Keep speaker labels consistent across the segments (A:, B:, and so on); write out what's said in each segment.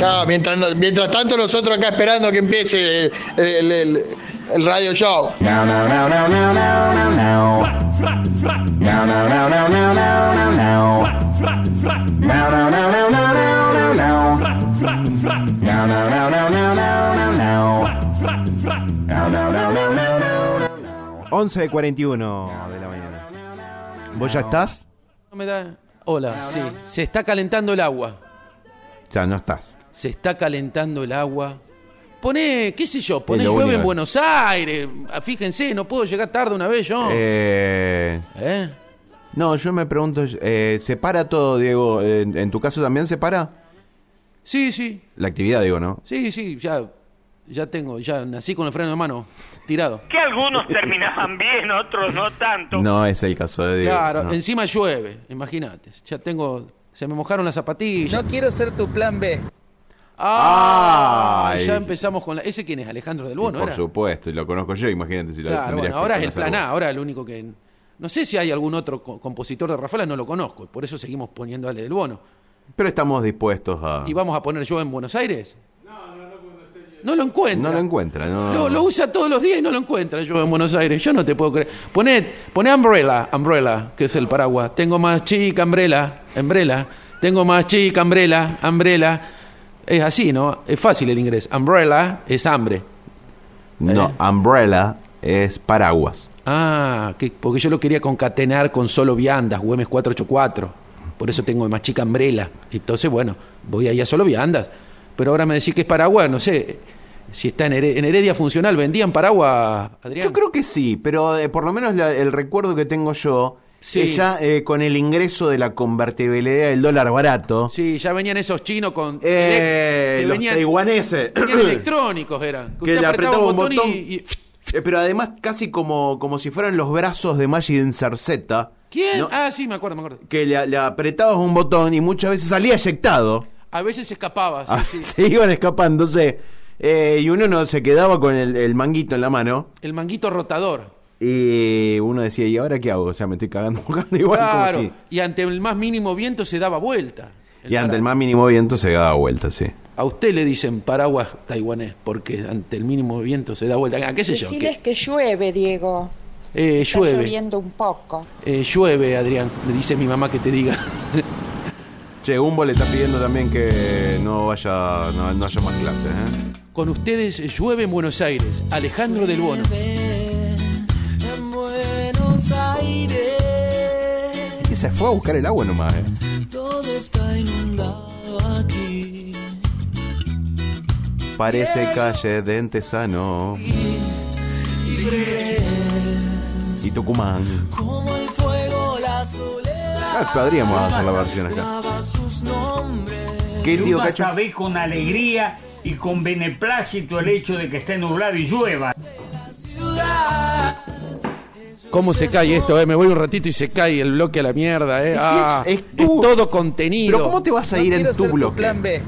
A: No, mientras, no- mientras tanto nosotros acá esperando que empiece el, el- el- el radio show.
B: No, no, no, no, no, no, no, no. No, no, no, no, no, no, no, no. No, no, no, no, no, no, no, no. No, no, no, no, no, no, no, no. No, no, no, no, no, no, no.
C: 11.41 de la mañana. ¿Vos ya estás?
D: No me da- Hola, sí. Se está calentando el agua.
C: Ya no estás.
D: Se está calentando el agua. Pone, qué sé yo, pone
C: lo
D: llueve
C: único.
D: en Buenos Aires. Ah, Fíjense, no puedo llegar tarde una vez yo.
C: Eh,
D: ¿Eh?
C: no, yo me pregunto, eh, ¿se para todo, Diego? ¿En, en tu caso también se para?
D: Sí, sí,
C: La actividad, digo, ¿no?
D: sí, sí, ya, ya tengo, ya nací con el freno de mano tirado.
E: Que algunos terminaban bien, otros no tanto.
C: No es el caso de Diego.
D: Claro,
C: no.
D: encima llueve, imagínate. Ya tengo, se me mojaron las zapatillas.
F: No quiero ser tu plan B.
D: Ah,
C: Ay.
D: ya empezamos con la... ¿Ese quién es? Alejandro del Bono,
C: Por
D: era?
C: supuesto, y lo conozco yo, imagínate si lo
D: Claro,
C: tendrías
D: bueno,
C: que
D: ahora es el
C: conocer
D: plan A,
C: vos.
D: ahora el único que... No sé si hay algún otro co- compositor de Rafaela, no lo conozco, por eso seguimos poniendo Ale del Bono.
C: Pero estamos dispuestos a...
D: ¿Y vamos a poner yo en Buenos Aires? No, no, no. lo encuentra.
C: No lo encuentra, no.
D: Lo, lo usa todos los días y no lo encuentra yo en Buenos Aires. Yo no te puedo creer. Poné, poné Umbrella, Umbrella, que es el paraguas. Tengo más chica, Umbrella, Umbrella. Tengo más chica, Umbrella, Umbrella. Es así, ¿no? Es fácil el inglés. Umbrella es hambre.
C: No,
D: Eh.
C: umbrella es paraguas.
D: Ah, que- porque yo lo quería concatenar con solo viandas, UMS 484. Por eso tengo más chica Umbrella. Entonces, bueno, voy ahí a solo viandas. Pero ahora me decís que es paraguas, no sé. Si está en, Hered- en Heredia Funcional, ¿vendían paraguas, Adrián?
C: Yo creo que sí, pero eh, por lo menos la- el recuerdo que tengo yo
D: Sí.
C: es ya eh, con el ingreso de la convertibilidad del dólar barato.
D: Sí, ya venían esos chinos con.
C: Eh,
D: elec- que
C: los
D: venían,
C: taiwaneses.
D: venían electrónicos eran.
C: que
D: usted
C: le apretaba un botón.
D: y, y-
C: Eh, pero además casi como, como si fueran los brazos de Maggi en Cerceta.
D: ¿Quién?
C: ¿no?
D: Ah, sí, me acuerdo, me acuerdo.
C: Que le, le apretabas un botón y muchas veces salía eyectado.
D: A veces se escapaba, sí,
C: Ah,
D: sí.
C: Se iban escapándose. Eh, y uno no se quedaba con el, el manguito en la mano.
D: El manguito rotador.
C: Y uno decía, ¿y ahora qué hago? O sea, me estoy cagando mojando igual
D: claro.
C: como si.
D: Y ante el más mínimo viento se daba vuelta.
C: y ante el más mínimo viento se daba vuelta, sí.
D: A usted le dicen paraguas taiwanés porque ante el mínimo viento se da vuelta. Ah, ¿Qué sé yo?
G: Deciles
D: que-
G: que llueve, Diego.
D: eh,
G: Está
D: llueve.
G: lloviendo un poco.
D: Eh, llueve, Adrián. Le dice mi mamá que te diga.
C: Che, Gumbo le está pidiendo también que no vaya, no, no haya más clases, ¿eh?
D: Con ustedes llueve en Buenos Aires. Alejandro del Bono.
H: En Buenos Aires
C: Y se fue a buscar el agua nomás, ¿eh?
H: todo está inundado aquí.
C: Parece calle de Entesano y Tucumán.
H: Como el fuego, la soledad.
C: Ah, podríamos hacer la versión acá.
H: Graba sus nombres.
C: ¿Qué tío cacho?
E: Esta vez con alegría y con beneplácito el hecho de que esté nublado y llueva.
H: Ciudad.
D: ¿Cómo se cae esto? Eh? Me voy un ratito y se cae el bloque a la mierda. Eh?
C: Es-
D: Ah,
C: es-
D: es,
C: es tu-
D: todo contenido.
C: Pero ¿cómo te vas a
F: No
C: ir en
F: quiero
C: tu
F: ser tu
C: bloque?
F: plan B.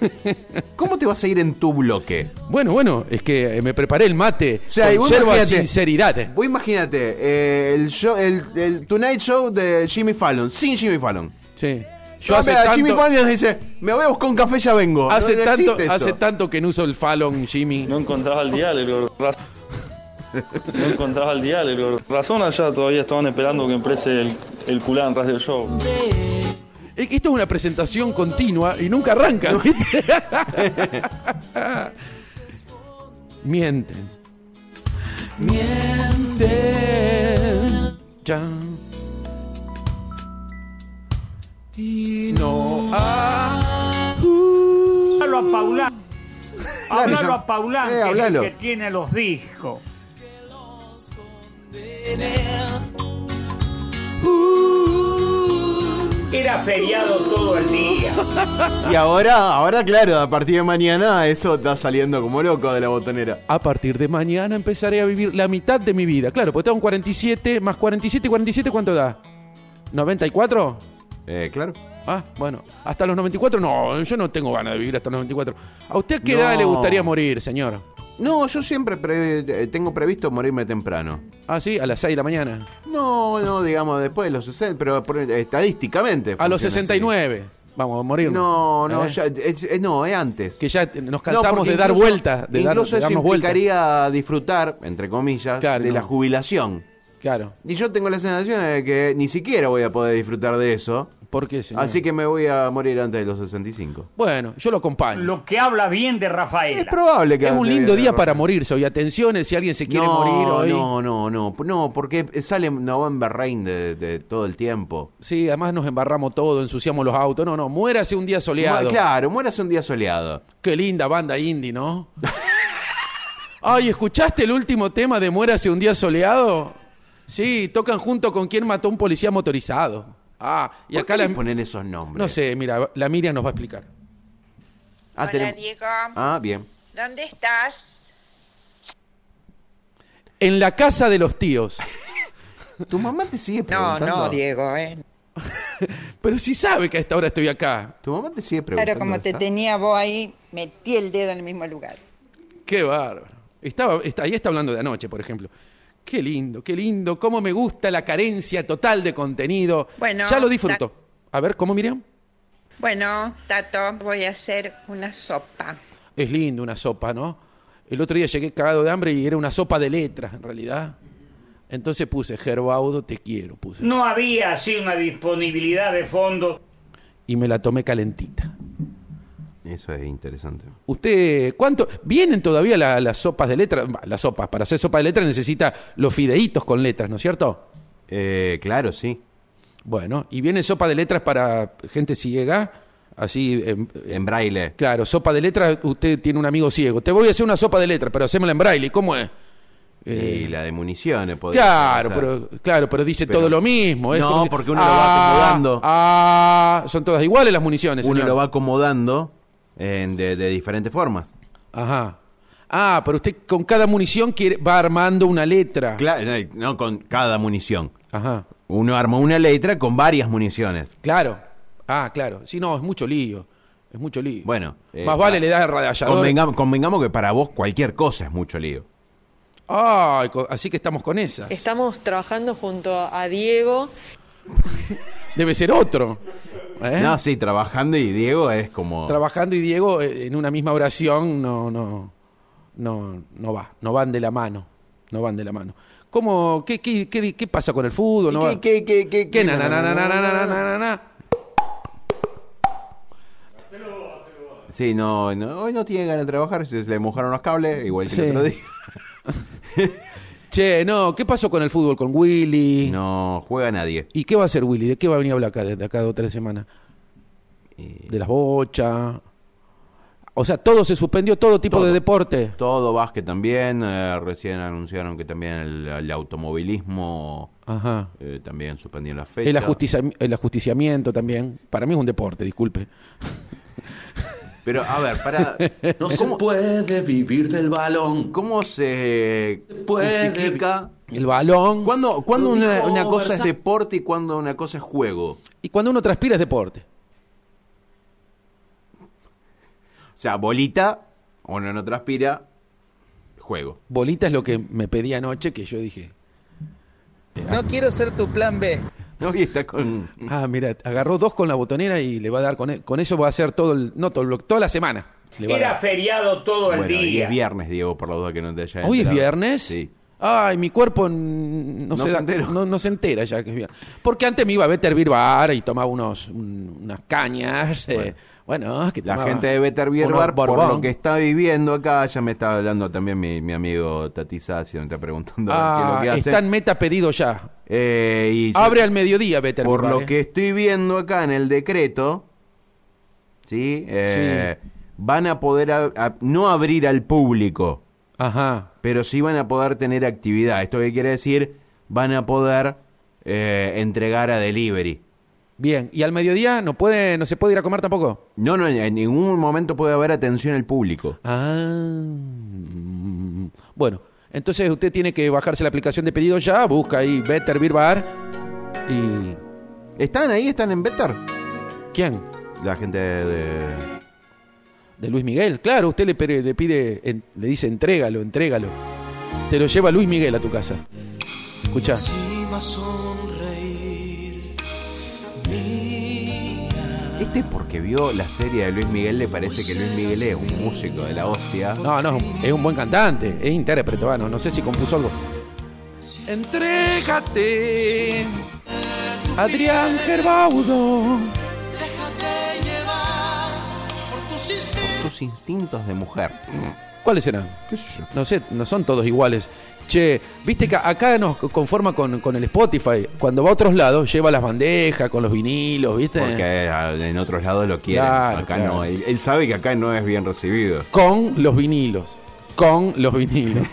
C: ¿Cómo te vas a ir en tu bloque?
D: Bueno, bueno, es que eh, me preparé el mate.
C: O sea, y vos
D: Conserva
C: imagínate-
D: sinceridad.
C: Vos imagínate, eh, el, show, el, el Tonight Show de Jimmy Fallon, sin Jimmy Fallon.
D: Sí.
C: Yo hace Jimmy Fallon dice, me voy a buscar un café, ya vengo. No,
D: Hace,
C: no
D: tanto,
C: existe eso.
D: hace tanto que no uso el Fallon, Jimmy.
I: No encontraba el diálogo. raz- No encontraba el diálogo. Razón allá todavía estaban esperando que empiece el, el culán Radio Show.
D: Es que esto es una presentación continua y nunca arranca. ¿viste? Mienten. Mienten. Ya. Y no ha-
E: Háblalo a Paulán.
C: Claro,
E: Háblalo
C: ya-
E: a Paulán,
C: Eh,
E: que es el
C: hablalo.
E: que tiene los discos. Era feriado todo el día.
C: Y ahora, ahora claro, a partir de mañana eso está saliendo como loco de la botonera.
D: A partir de mañana empezaré a vivir la mitad de mi vida. Claro, porque tengo un 47 más 47 y 47, ¿cuánto da? ¿94?
C: Eh, claro.
D: Ah, bueno, hasta los 94 no, yo no tengo ganas de vivir hasta los 94. ¿A usted qué edad
C: No.
D: le gustaría morir, señor?
C: No, yo siempre pre- eh, tengo previsto morirme temprano.
D: Ah, sí, a las 6 de la mañana.
C: No, no, digamos después de los 60, pero por- estadísticamente.
D: A los
C: funciona así.
D: 69. Vamos a morir. ¿Eh?
C: No, no, ya, es, es- no, es antes.
D: Que ya te- nos
C: No,
D: cansamos
C: porque
D: de dar
C: incluso-
D: vueltas, de, dar,
C: incluso
D: de
C: eso
D: darnos vueltas.
C: implicaría disfrutar, entre comillas,
D: Claro,
C: de
D: no.
C: la jubilación.
D: Claro.
C: Y yo tengo la sensación de que ni siquiera voy a poder disfrutar de eso.
D: ¿Por qué, señor?
C: Así que me voy a morir antes de los 65.
D: Bueno, yo lo acompaño.
E: Lo que habla bien de
C: Es
E: Rafaela.
C: probable que...
D: Es un
C: antes
D: lindo
C: de-
D: día para morirse hoy. Atenciones, si alguien se quiere
C: no,
D: morir hoy.
C: No, no, no, no, porque sale November Rain de, de todo el tiempo.
D: Sí, además nos embarramos todo, ensuciamos los autos. No, no, muérase un día soleado.
C: Mu- Claro, mueras un día soleado.
D: Qué linda banda indie, ¿no? Ay, ¿escuchaste el último tema de Muérase un día soleado? Sí, tocan junto con quien mató a un policía motorizado. Ah, y
C: ¿Por
D: acá
C: qué
D: la...
C: le ponen esos nombres?
D: No sé, mira, la Miriam nos va a explicar.
C: Ah,
G: Hola,
C: tenemos-
G: Diego.
C: ah, bien.
G: ¿Dónde estás?
D: En la casa de los tíos.
C: ¿Tu mamá te sigue
G: No,
C: preguntando?
G: no, Diego, ¿eh?
D: Pero si sabe que a esta hora estoy acá.
C: ¿Tu mamá te sigue preguntando?
G: Claro, como
C: dónde
G: te
C: está?
G: tenía vos ahí, metí el dedo en el mismo lugar.
D: Qué bárbaro. Estaba, está, ahí está hablando de anoche, por ejemplo. Qué lindo, qué lindo. Cómo me gusta la carencia total de contenido.
G: Bueno,
D: ya lo disfruto. A ver, ¿cómo, Miriam?
G: Bueno, Tato, voy a hacer una sopa.
D: Es lindo una sopa, ¿no? El otro día llegué cagado de hambre y era una sopa de letras, en realidad. Entonces puse, Gerbaudo, te quiero, puse.
E: No había así una disponibilidad de fondo.
D: Y me la tomé calentita.
C: Eso es interesante.
D: ¿Usted cuánto? ¿Vienen todavía la- las sopas de letras? Bah, Las sopas, para hacer sopa de letras necesita los fideitos con letras, ¿no es cierto?
C: Eh, claro, sí.
D: Bueno, y viene sopa de letras para gente ciega, así, em,
C: En braille.
D: Claro, sopa de letras, usted tiene un amigo ciego. Te voy a hacer una sopa de letras, pero hacémela en braille. ¿Cómo es? Eh,
C: y la de municiones. podría
D: claro,
C: ser.
D: pero, claro, pero dice
C: Pero-
D: todo lo mismo. es
C: No,
D: como si-
C: porque uno lo va acomodando.
D: Ah, son todas iguales las municiones.
C: Uno
D: señor.
C: lo va acomodando en- de, de diferentes formas.
D: Ajá. Ah, pero usted con cada munición quiere- va armando una letra.
C: Claro, no, no con cada munición.
D: Ajá.
C: Uno arma una letra con varias municiones.
D: Claro. Ah, claro. Sí, no, es mucho lío. Es mucho lío.
C: Bueno. eh,
D: Más vale
C: pa-
D: le da el radiallador.
C: Convengamos, convengamos que para vos cualquier cosa es mucho lío.
D: Ay, co- así que estamos con esa.
F: Estamos trabajando junto a Diego.
D: Debe ser otro. ¿Eh?
C: No, sí, trabajando y Diego es como...
D: trabajando y Diego eh, en una misma oración no no no no va no van de la mano no van de la mano cómo qué qué, qué, di- qué pasa con el fútbol
C: ¿Y
D: no va-
C: qué- qué- qué-
D: qué
C: qué-
D: na, na, na, na, na, na, na, na, na, na?
C: Sí, no, no, hoy no tiene ganas de trabajar, se le mojaron los cables, igual que
D: Sí.
C: el otro día.
D: che no qué pasó con el fútbol con Willy
C: No juega nadie.
D: y qué va a hacer Willy de qué va a venir a hablar acá desde acá dos o tres semanas
C: Eh.
D: de las bochas o sea todo se suspendió todo tipo
C: Todo.
D: de deporte
C: Todo básquet también, eh, recién anunciaron que también el, el automovilismo
D: ajá
C: eh, también suspendió la fecha.
D: el, ajusticiam- el ajusticiamiento también. Para mí es un deporte, disculpe.
C: Pero a ver, para
J: No se puede vivir del balón.
C: ¿cómo se
J: Puede-
C: justifica?
D: El balón.
C: ¿Cuándo, cuándo
J: Lo
C: una,
J: dijo
C: una cosa es
J: Barça-
C: deporte y cuándo una cosa es juego?
D: Y cuando uno transpira es deporte.
C: O sea, bolita, uno no transpira, juego.
D: Bolita es lo que me pedí anoche que yo dije.
K: No quiero ser tu plan B.
C: No, y está con...
D: Ah, mira, agarró dos con la botonera y le va a dar con, e- con eso va a hacer todo el no todo el bloque, toda la semana. le va a
E: Era
D: dar.
E: feriado todo el
C: Bueno, y
E: día.
C: es viernes, Diego, por la duda que no te haya
D: Hoy es
C: enterado.
D: viernes.
C: Sí.
D: Ay, mi cuerpo n- no,
C: No
D: se,
C: se
D: da-
C: enteró.
D: no, no se entera ya que es viernes. Porque antes me iba a Better Bar y tomaba unos un- unas cañas. eh, Bueno, que
C: La
D: tomaba
C: gente de Better Beer
D: unos
C: Bar, por
D: Borbón.
C: lo que está viviendo acá, ya me está hablando también mi, mi amigo Tati Sassi, me está preguntando
D: Ah,
C: qué es lo que
D: está en
C: hacen.
D: meta pedido ya.
C: Eh, y yo-
D: Abre al mediodía Better
C: por
D: Bar,
C: lo
D: eh.
C: que estoy viendo acá en el decreto, ¿sí? Eh, Van a poder ab- a- no abrir al público,
D: Ajá.
C: pero sí van a poder tener actividad. ¿Esto qué quiere decir? Van a poder eh, entregar a delivery.
D: Bien, y al mediodía no puede no se puede ir a comer tampoco.
C: No, no, en ningún momento puede haber atención al público.
D: Ah. mm. Bueno, entonces usted tiene que bajarse la aplicación de pedido ya, busca ahí Better Beer Bar y
C: ¿Están ahí? ¿Están en Better?
D: ¿quién?
C: La gente de...
D: De Luis Miguel. Claro, usted le, pere- le pide en- le dice entrégalo, entrégalo. Te lo lleva Luis Miguel a tu casa. Escucha.
H: Encima sonreír. Mira,
C: gente porque ¿Este vio la serie de Luis Miguel le parece que Luis Miguel es un músico de la hostia.
D: No, no, es un buen cantante, es intérprete, bueno, no sé si compuso algo. Entrégate, Adrián Gerbaudo.
C: Tus instintos de mujer.
D: ¿Cuáles eran? No sé, no son todos iguales. Che, viste que acá nos conforma con, con el Spotify. Cuando va a otros lados, lleva las bandejas con los vinilos, ¿viste?
C: Porque a- en otros lados lo quieren.
D: Claro,
C: acá
D: claro.
C: no. Él, él sabe que acá no es bien recibido.
D: Con los vinilos. Con los vinilos.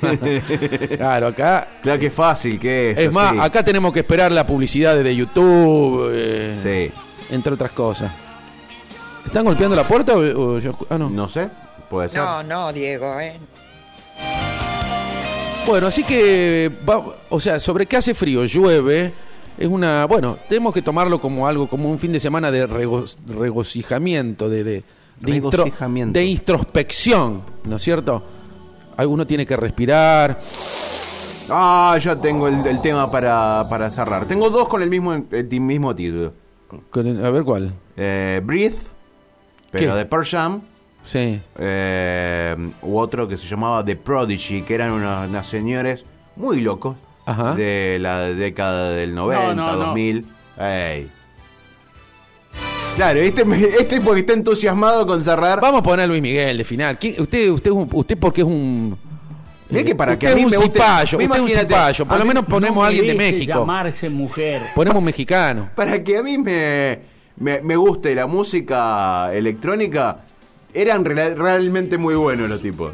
D: claro, acá.
C: Claro que fácil que es.
D: Es más,
C: así.
D: acá tenemos que esperar la publicidad de YouTube. eh, Entre otras cosas. ¿Están golpeando la puerta o, o yo escu- Ah, no.
C: No sé, puede ser.
G: No, no, Diego, ¿eh?
D: Bueno, así que, va- o sea, sobre qué hace frío, llueve, es una, bueno, tenemos que tomarlo como algo, como un fin de semana de rego- regocijamiento, de, de, de, intro-
C: Regocijamiento.
D: de introspección, ¿no es cierto? Alguno tiene que respirar.
C: Ah, ya tengo el, el tema para, para cerrar. Tengo dos con el mismo, el mismo título.
D: Con el- a ver cuál.
C: Eh, Breathe, pero
D: ¿Qué?
C: de Pearl Jam.
D: Sí.
C: Eh, u otro que se llamaba The Prodigy, que eran unos, unos señores muy locos de la década del 90,
E: no, no.
C: 2000. Ey. Claro, este, me- este porque está entusiasmado con cerrar.
D: Vamos a poner a Luis Miguel de final. ¿Quién- usted, usted, es un- usted porque es un...
C: Mirá que para que
D: usted
C: a mí
D: es un
C: me guste-
D: cipayo,
C: vos
D: usted es un
C: imagínate,
D: cipayo. Por
C: a
D: lo
C: mí
D: menos ponemos a alguien de
E: merece
D: México.
E: llamarse mujer.
D: Ponemos un mexicano.
C: Para que a mí me, me, me guste la música electrónica, eran re- realmente muy buenos los tipos.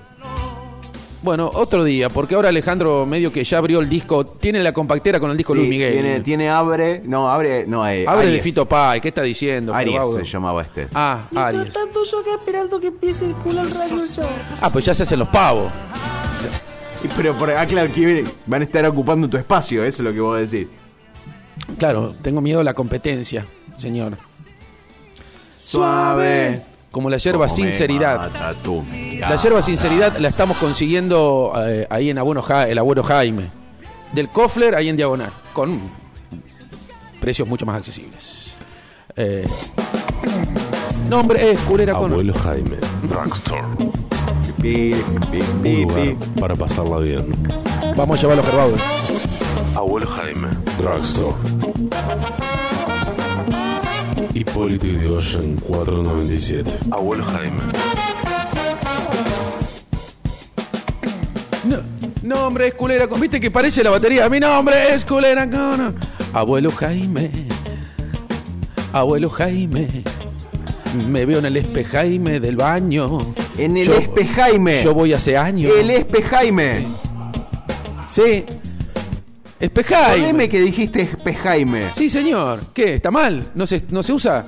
D: Bueno, otro día, porque ahora Alejandro medio que ya abrió el disco, tiene la compactera con el disco
C: Sí,
D: Luis Miguel.
C: Tiene, tiene Abre, no, Abre, no, eh,
D: Abre de
C: Aries.
D: Fito Pai, ¿qué está diciendo?
C: Aries
D: Pero,
C: se llamaba este.
D: Ah, Aries.
H: tanto yo acá esperando que empiece el culo al radio show.
D: Ah, pues ya se hacen los pavos.
C: Y Pero por, ah, claro, que viene- van a estar ocupando tu espacio, eso es lo que vos decís.
D: Claro, tengo miedo a la competencia, señor. Como la yerba
C: Como me
D: sinceridad.
C: mata tu mirada.
D: La yerba sinceridad la estamos consiguiendo eh, ahí en Abueno Ja- el abuelo Jaime. Del Kofler ahí en Diagonal. Con precios mucho más accesibles. Eh, nombre es Culera con.
L: Abuelo Jaime, Drugstore.
C: Pi, pi,
L: Un
D: Uh,
L: lugar para pasarla bien.
D: Vamos a llevar los gerbados.
L: Abuelo Jaime, Drugstore. Hipólito Yrigoyen 497. Abuelo Jaime.
D: Nombre es culera con. ¿Viste que parece la batería? Mi nombre es culera con. Abuelo Jaime. Abuelo Jaime. Me veo en el espejaime del baño.
C: En el
D: Yo-
C: espejaime.
D: Yo voy hace años.
C: El espejaime.
D: Sí. Espejaime.
C: Poneme que dijiste espejaime.
D: Sí, señor. ¿Qué? ¿Está mal? ¿No se, no se usa?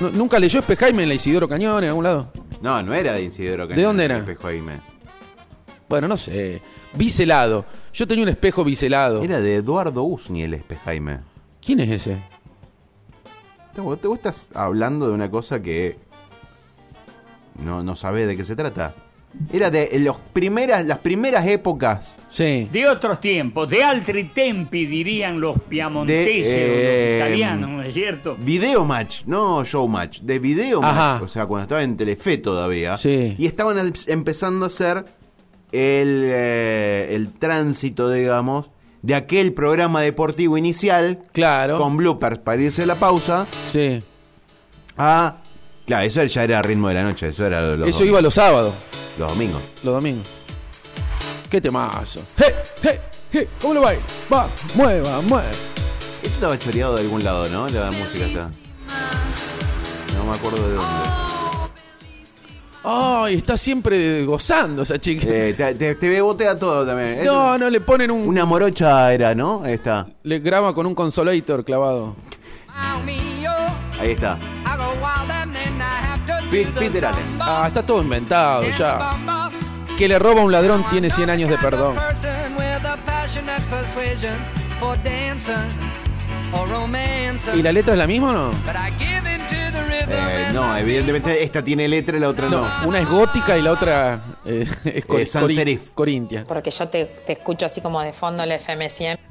D: No- ¿Nunca leyó espejaime en la Isidoro Cañón en algún lado?
C: No, no era de Insidoro
D: ¿De dónde era?
C: Espejaime.
D: Bueno, no sé. Biselado. Yo tenía un espejo biselado.
C: Era de Eduardo Usni el espejaime.
D: ¿Quién es ese?
C: Te- Vos, te- vos estás hablando de una cosa que no, no sabés de qué se trata. Era de los primeras, las primeras épocas
D: Sí.
E: De otros tiempos, de altri tempi dirían los piamonteses
C: De, eh,
E: o los italianos, ¿no es cierto?
C: Video match, no show match, de video
D: Ajá.
C: match, o sea, cuando estaba en Telefe todavía, y estaban al- empezando a hacer el, eh, el tránsito, digamos, de aquel programa deportivo inicial,
D: claro,
C: con bloopers para irse a la pausa,
D: sí,
C: a, claro, eso ya era ritmo de la noche, eso era los,
D: Eso iba los sábados,
C: los domingos.
D: los domingos. ¡Qué temazo! ¡Hey, hey, hey! ¿Cómo lo baila? ¡Va, mueva, mueva!
C: Esto estaba choreado de algún lado, ¿no? La música está. No me acuerdo de dónde.
D: ¡Ay, está siempre gozando esa chica!
C: Eh, te, te- te bebotea todo también.
D: no, no, le ponen un...
C: Una morocha era, ¿no? Esta.
D: Le graba con un consolator clavado.
C: Ahí está. Peter Allen.
D: Ah, está todo inventado ya. Que le roba a un ladrón tiene 100 años de perdón. ¿Y la letra es la misma o no?
C: Eh, no, evidentemente esta tiene letra y la otra no.
D: Una es gótica y la otra eh, es cori-
C: Eh, sans
D: cori-
C: serif.
D: corintia.
F: Porque yo te, te escucho así como de fondo el FM100.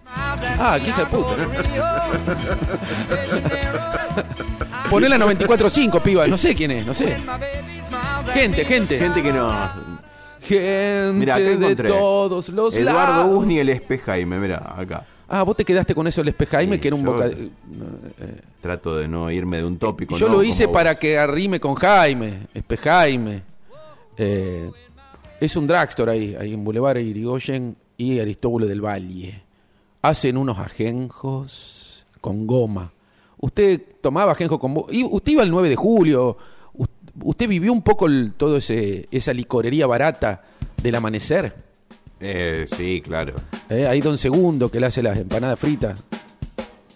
D: Ah, qué hija de puta. Poné la 94.5, piba. No sé quién es, no sé. Gente, gente.
C: Gente que no.
D: Gente
C: Mira, acá
D: de
C: encontré.
D: todos los
C: Eduardo
D: lados.
C: Usni, el espejaime, mira, acá.
D: Ah, vos te quedaste con eso el espejaime, que era un
C: yo-
D: boca...
C: Trato de no irme de un tópico.
D: Yo
C: ¿no?
D: lo hice
C: Como
D: para que arrime con Jaime, Espejaime. Eh, es un dragstore ahí, ahí en Boulevard Irigoyen y Aristóbulo del Valle. Hacen unos ajenjos con goma. Usted tomaba ajenjo con... bo- y Usted iba el 9 de julio. u- Usted vivió un poco el- todo ese esa licorería barata del amanecer.
C: Eh, sí, claro.
D: Eh, ahí Don Segundo que le hace las empanadas fritas.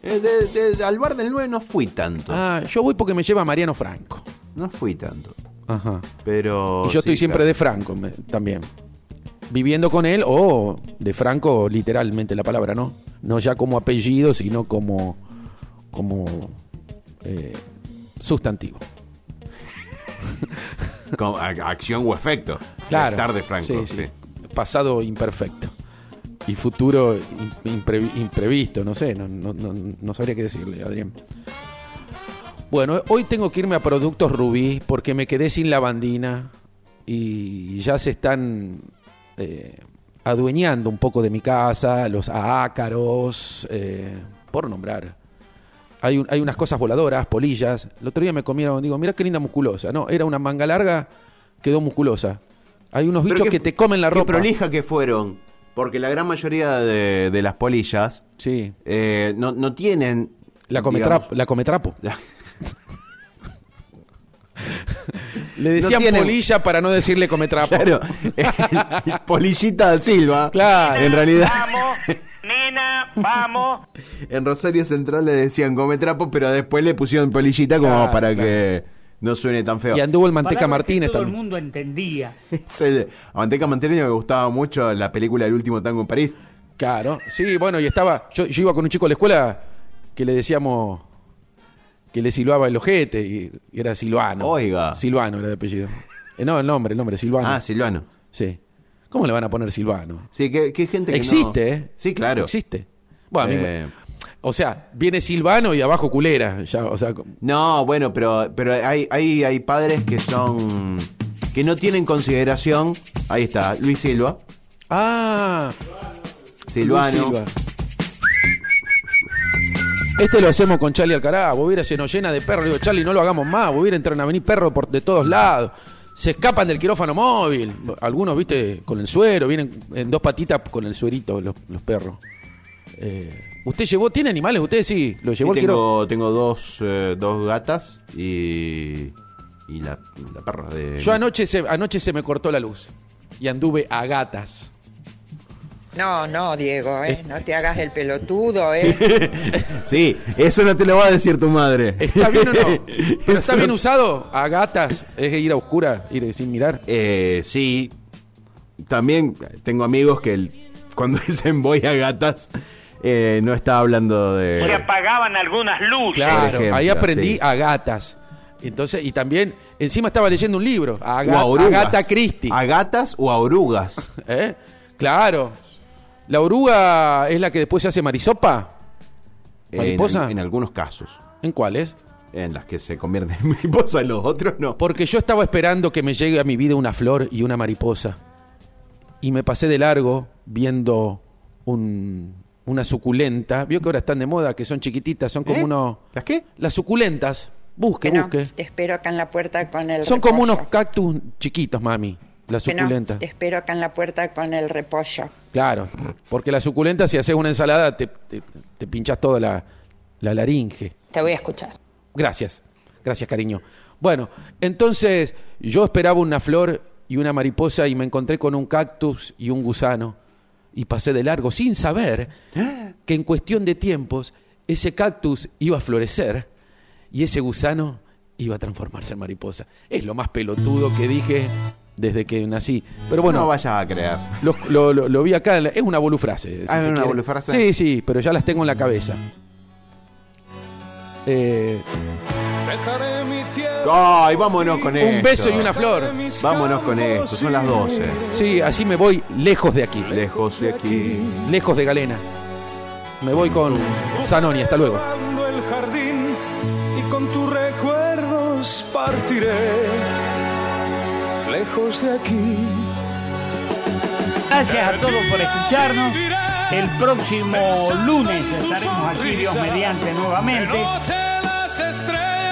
C: Eh, de- de- al bar del 9 no fui tanto.
D: Ah, yo voy porque me lleva Mariano Franco.
C: No fui tanto.
D: Ajá.
C: Pero.
D: Y yo estoy
C: Oh, sí,
D: siempre
C: claro.
D: de Franco me- también. Viviendo con él, o de Franco, literalmente la palabra, ¿no? No ya como apellido, sino como, como eh, sustantivo.
C: Con ac- acción o efecto.
D: Claro.
C: Estar de Franco.
D: Sí, sí. Pasado imperfecto. Y futuro im- imprevi- imprevisto, no sé, no, no- no- no sabría qué decirle, Adrián. Bueno, hoy tengo que irme a Productos Rubí porque me quedé sin lavandina y ya se están eh, adueñando un poco de mi casa, los ácaros, eh, por nombrar. Hay, un- hay unas cosas voladoras, polillas. El otro día me comieron, digo, mira qué linda musculosa. No, era una manga larga, quedó musculosa. Hay unos
C: Pero
D: bichos
C: qué-
D: que te comen la
C: qué
D: ropa.
C: prolija que fueron. Porque la gran mayoría de, de las polillas.
D: Sí.
C: eh, no, no tienen.
D: La cometrapo. La cometrapo. Le decían
C: tienen-
D: polilla para no decirle cometrapo.
C: Claro. El polillita da Silva.
D: Claro.
C: En realidad.
M: Nena, vamos.
C: En Rosario Central le decían come trapo, pero después le pusieron polillita como
D: Claro,
C: para
D: claro.
C: que no suene tan feo.
E: Palabras que todo el mundo entendía.
C: Sí, de- a Manteca Martínez me gustaba mucho la película El último tango en París.
D: Claro, sí, bueno, y estaba. Yo, yo iba con un chico a la escuela que le decíamos. que le silbaba el ojete y, y era Silvano. Oiga. Silvano era de apellido. Eh, no, el nombre, el nombre, Silvano.
C: Ah, Silvano.
D: Sí. ¿Cómo le van a poner Silvano?
C: Sí, que, que gente que
D: Existe,
C: no-
D: ¿eh?
C: Sí, claro.
D: Existe. Bueno, a mí me-
C: Eh,
D: O sea, viene Silvano y abajo culera. Ya, o sea,
C: No, bueno, pero, pero hay, hay, hay padres que son. que no tienen consideración. Ahí está, Luis Silva.
D: Ah.
C: Silvano.
D: Luis Silva. Este lo hacemos con Charlie Alcaraz. Hubiera se nos llena de perros. Digo, Charlie, no lo hagamos más. Hubiera entran a venir perros por de todos lados. Se escapan del quirófano móvil. Algunos, viste, con el suero. Vienen en dos patitas con el suerito los, los perros. Eh, ¿Usted llevó? ¿Tiene animales? ¿Usted sí? ¿Lo llevó
C: Sí,
D: al quirófano?
C: tengo, tengo dos, eh, dos gatas y. y la, la perra de.
D: Yo anoche se, anoche se me cortó la luz. Y anduve a gatas.
G: No, no, Diego, ¿eh? no te hagas el pelotudo, ¿eh?
C: Sí, eso no te lo va a decir tu madre.
D: ¿Está bien o no? ¿Pero ¿Está bien usado? A gatas. Es ir a oscura, ir sin mirar.
C: Eh, sí. También tengo amigos que el- cuando dicen voy a gatas, eh, no está hablando
M: Se
C: de.
M: apagaban algunas luces.
D: Claro,
C: Por ejemplo,
D: ahí aprendí
C: sí.
D: a gatas. Entonces, y también, encima estaba leyendo un libro, a,
C: o a orugas.
D: Gata Christie.
C: A gatas o a orugas.
D: ¿eh? Claro. ¿La oruga es la que después se hace marisopa?
C: En-
D: ¿Mariposa?
C: En, algunos casos.
D: ¿En cuáles?
C: En las que se convierten en mariposa, en los otros no.
D: Porque yo estaba esperando que me llegue a mi vida una flor y una mariposa. Y me pasé de largo viendo un- una suculenta. Vio que ahora están de moda, que son chiquititas, son como
G: ¿Eh?
D: unos...
C: ¿Las qué?
D: Las suculentas. Busque,
G: Que no,
D: busque.
G: Te espero acá en la puerta con el
D: Son como
G: repollo.
D: unos cactus chiquitos, mami. Las
G: Que no,
D: suculentas.
G: Te espero acá en la puerta con el repollo.
D: Claro, porque la suculenta, si haces una ensalada, te, te, te pinchas toda la, la laringe.
F: Te voy a escuchar.
D: Gracias, gracias, cariño. Bueno, entonces yo esperaba una flor y una mariposa y me encontré con un cactus y un gusano. Y pasé de largo sin saber que en cuestión de tiempos ese cactus iba a florecer y ese gusano iba a transformarse en mariposa. Es lo más pelotudo que dije desde que nací. Pero bueno,
C: No vaya a creer.
D: lo, lo- lo- lo vi acá, en la- es una bolufrase. si
C: Ah,
D: se
C: ¿era una
D: quiere.
C: bolufrase?
D: Sí, sí, pero ya las tengo en la cabeza. Eh,
C: Ay, vámonos con
D: Un
C: esto.
D: beso y una flor.
C: Vámonos con esto, son las 12.
D: sí, así me voy lejos de aquí,
C: Lejos de aquí.
D: lejos de Galena. Me voy con Zanoni, hasta luego.
N: Cuando el jardín y con tu recuerdo.
B: partiré lejos de aquí.
E: Gracias a todos por escucharnos. El próximo lunes estaremos aquí, Dios mediante, nuevamente.
B: Noche las estrellas.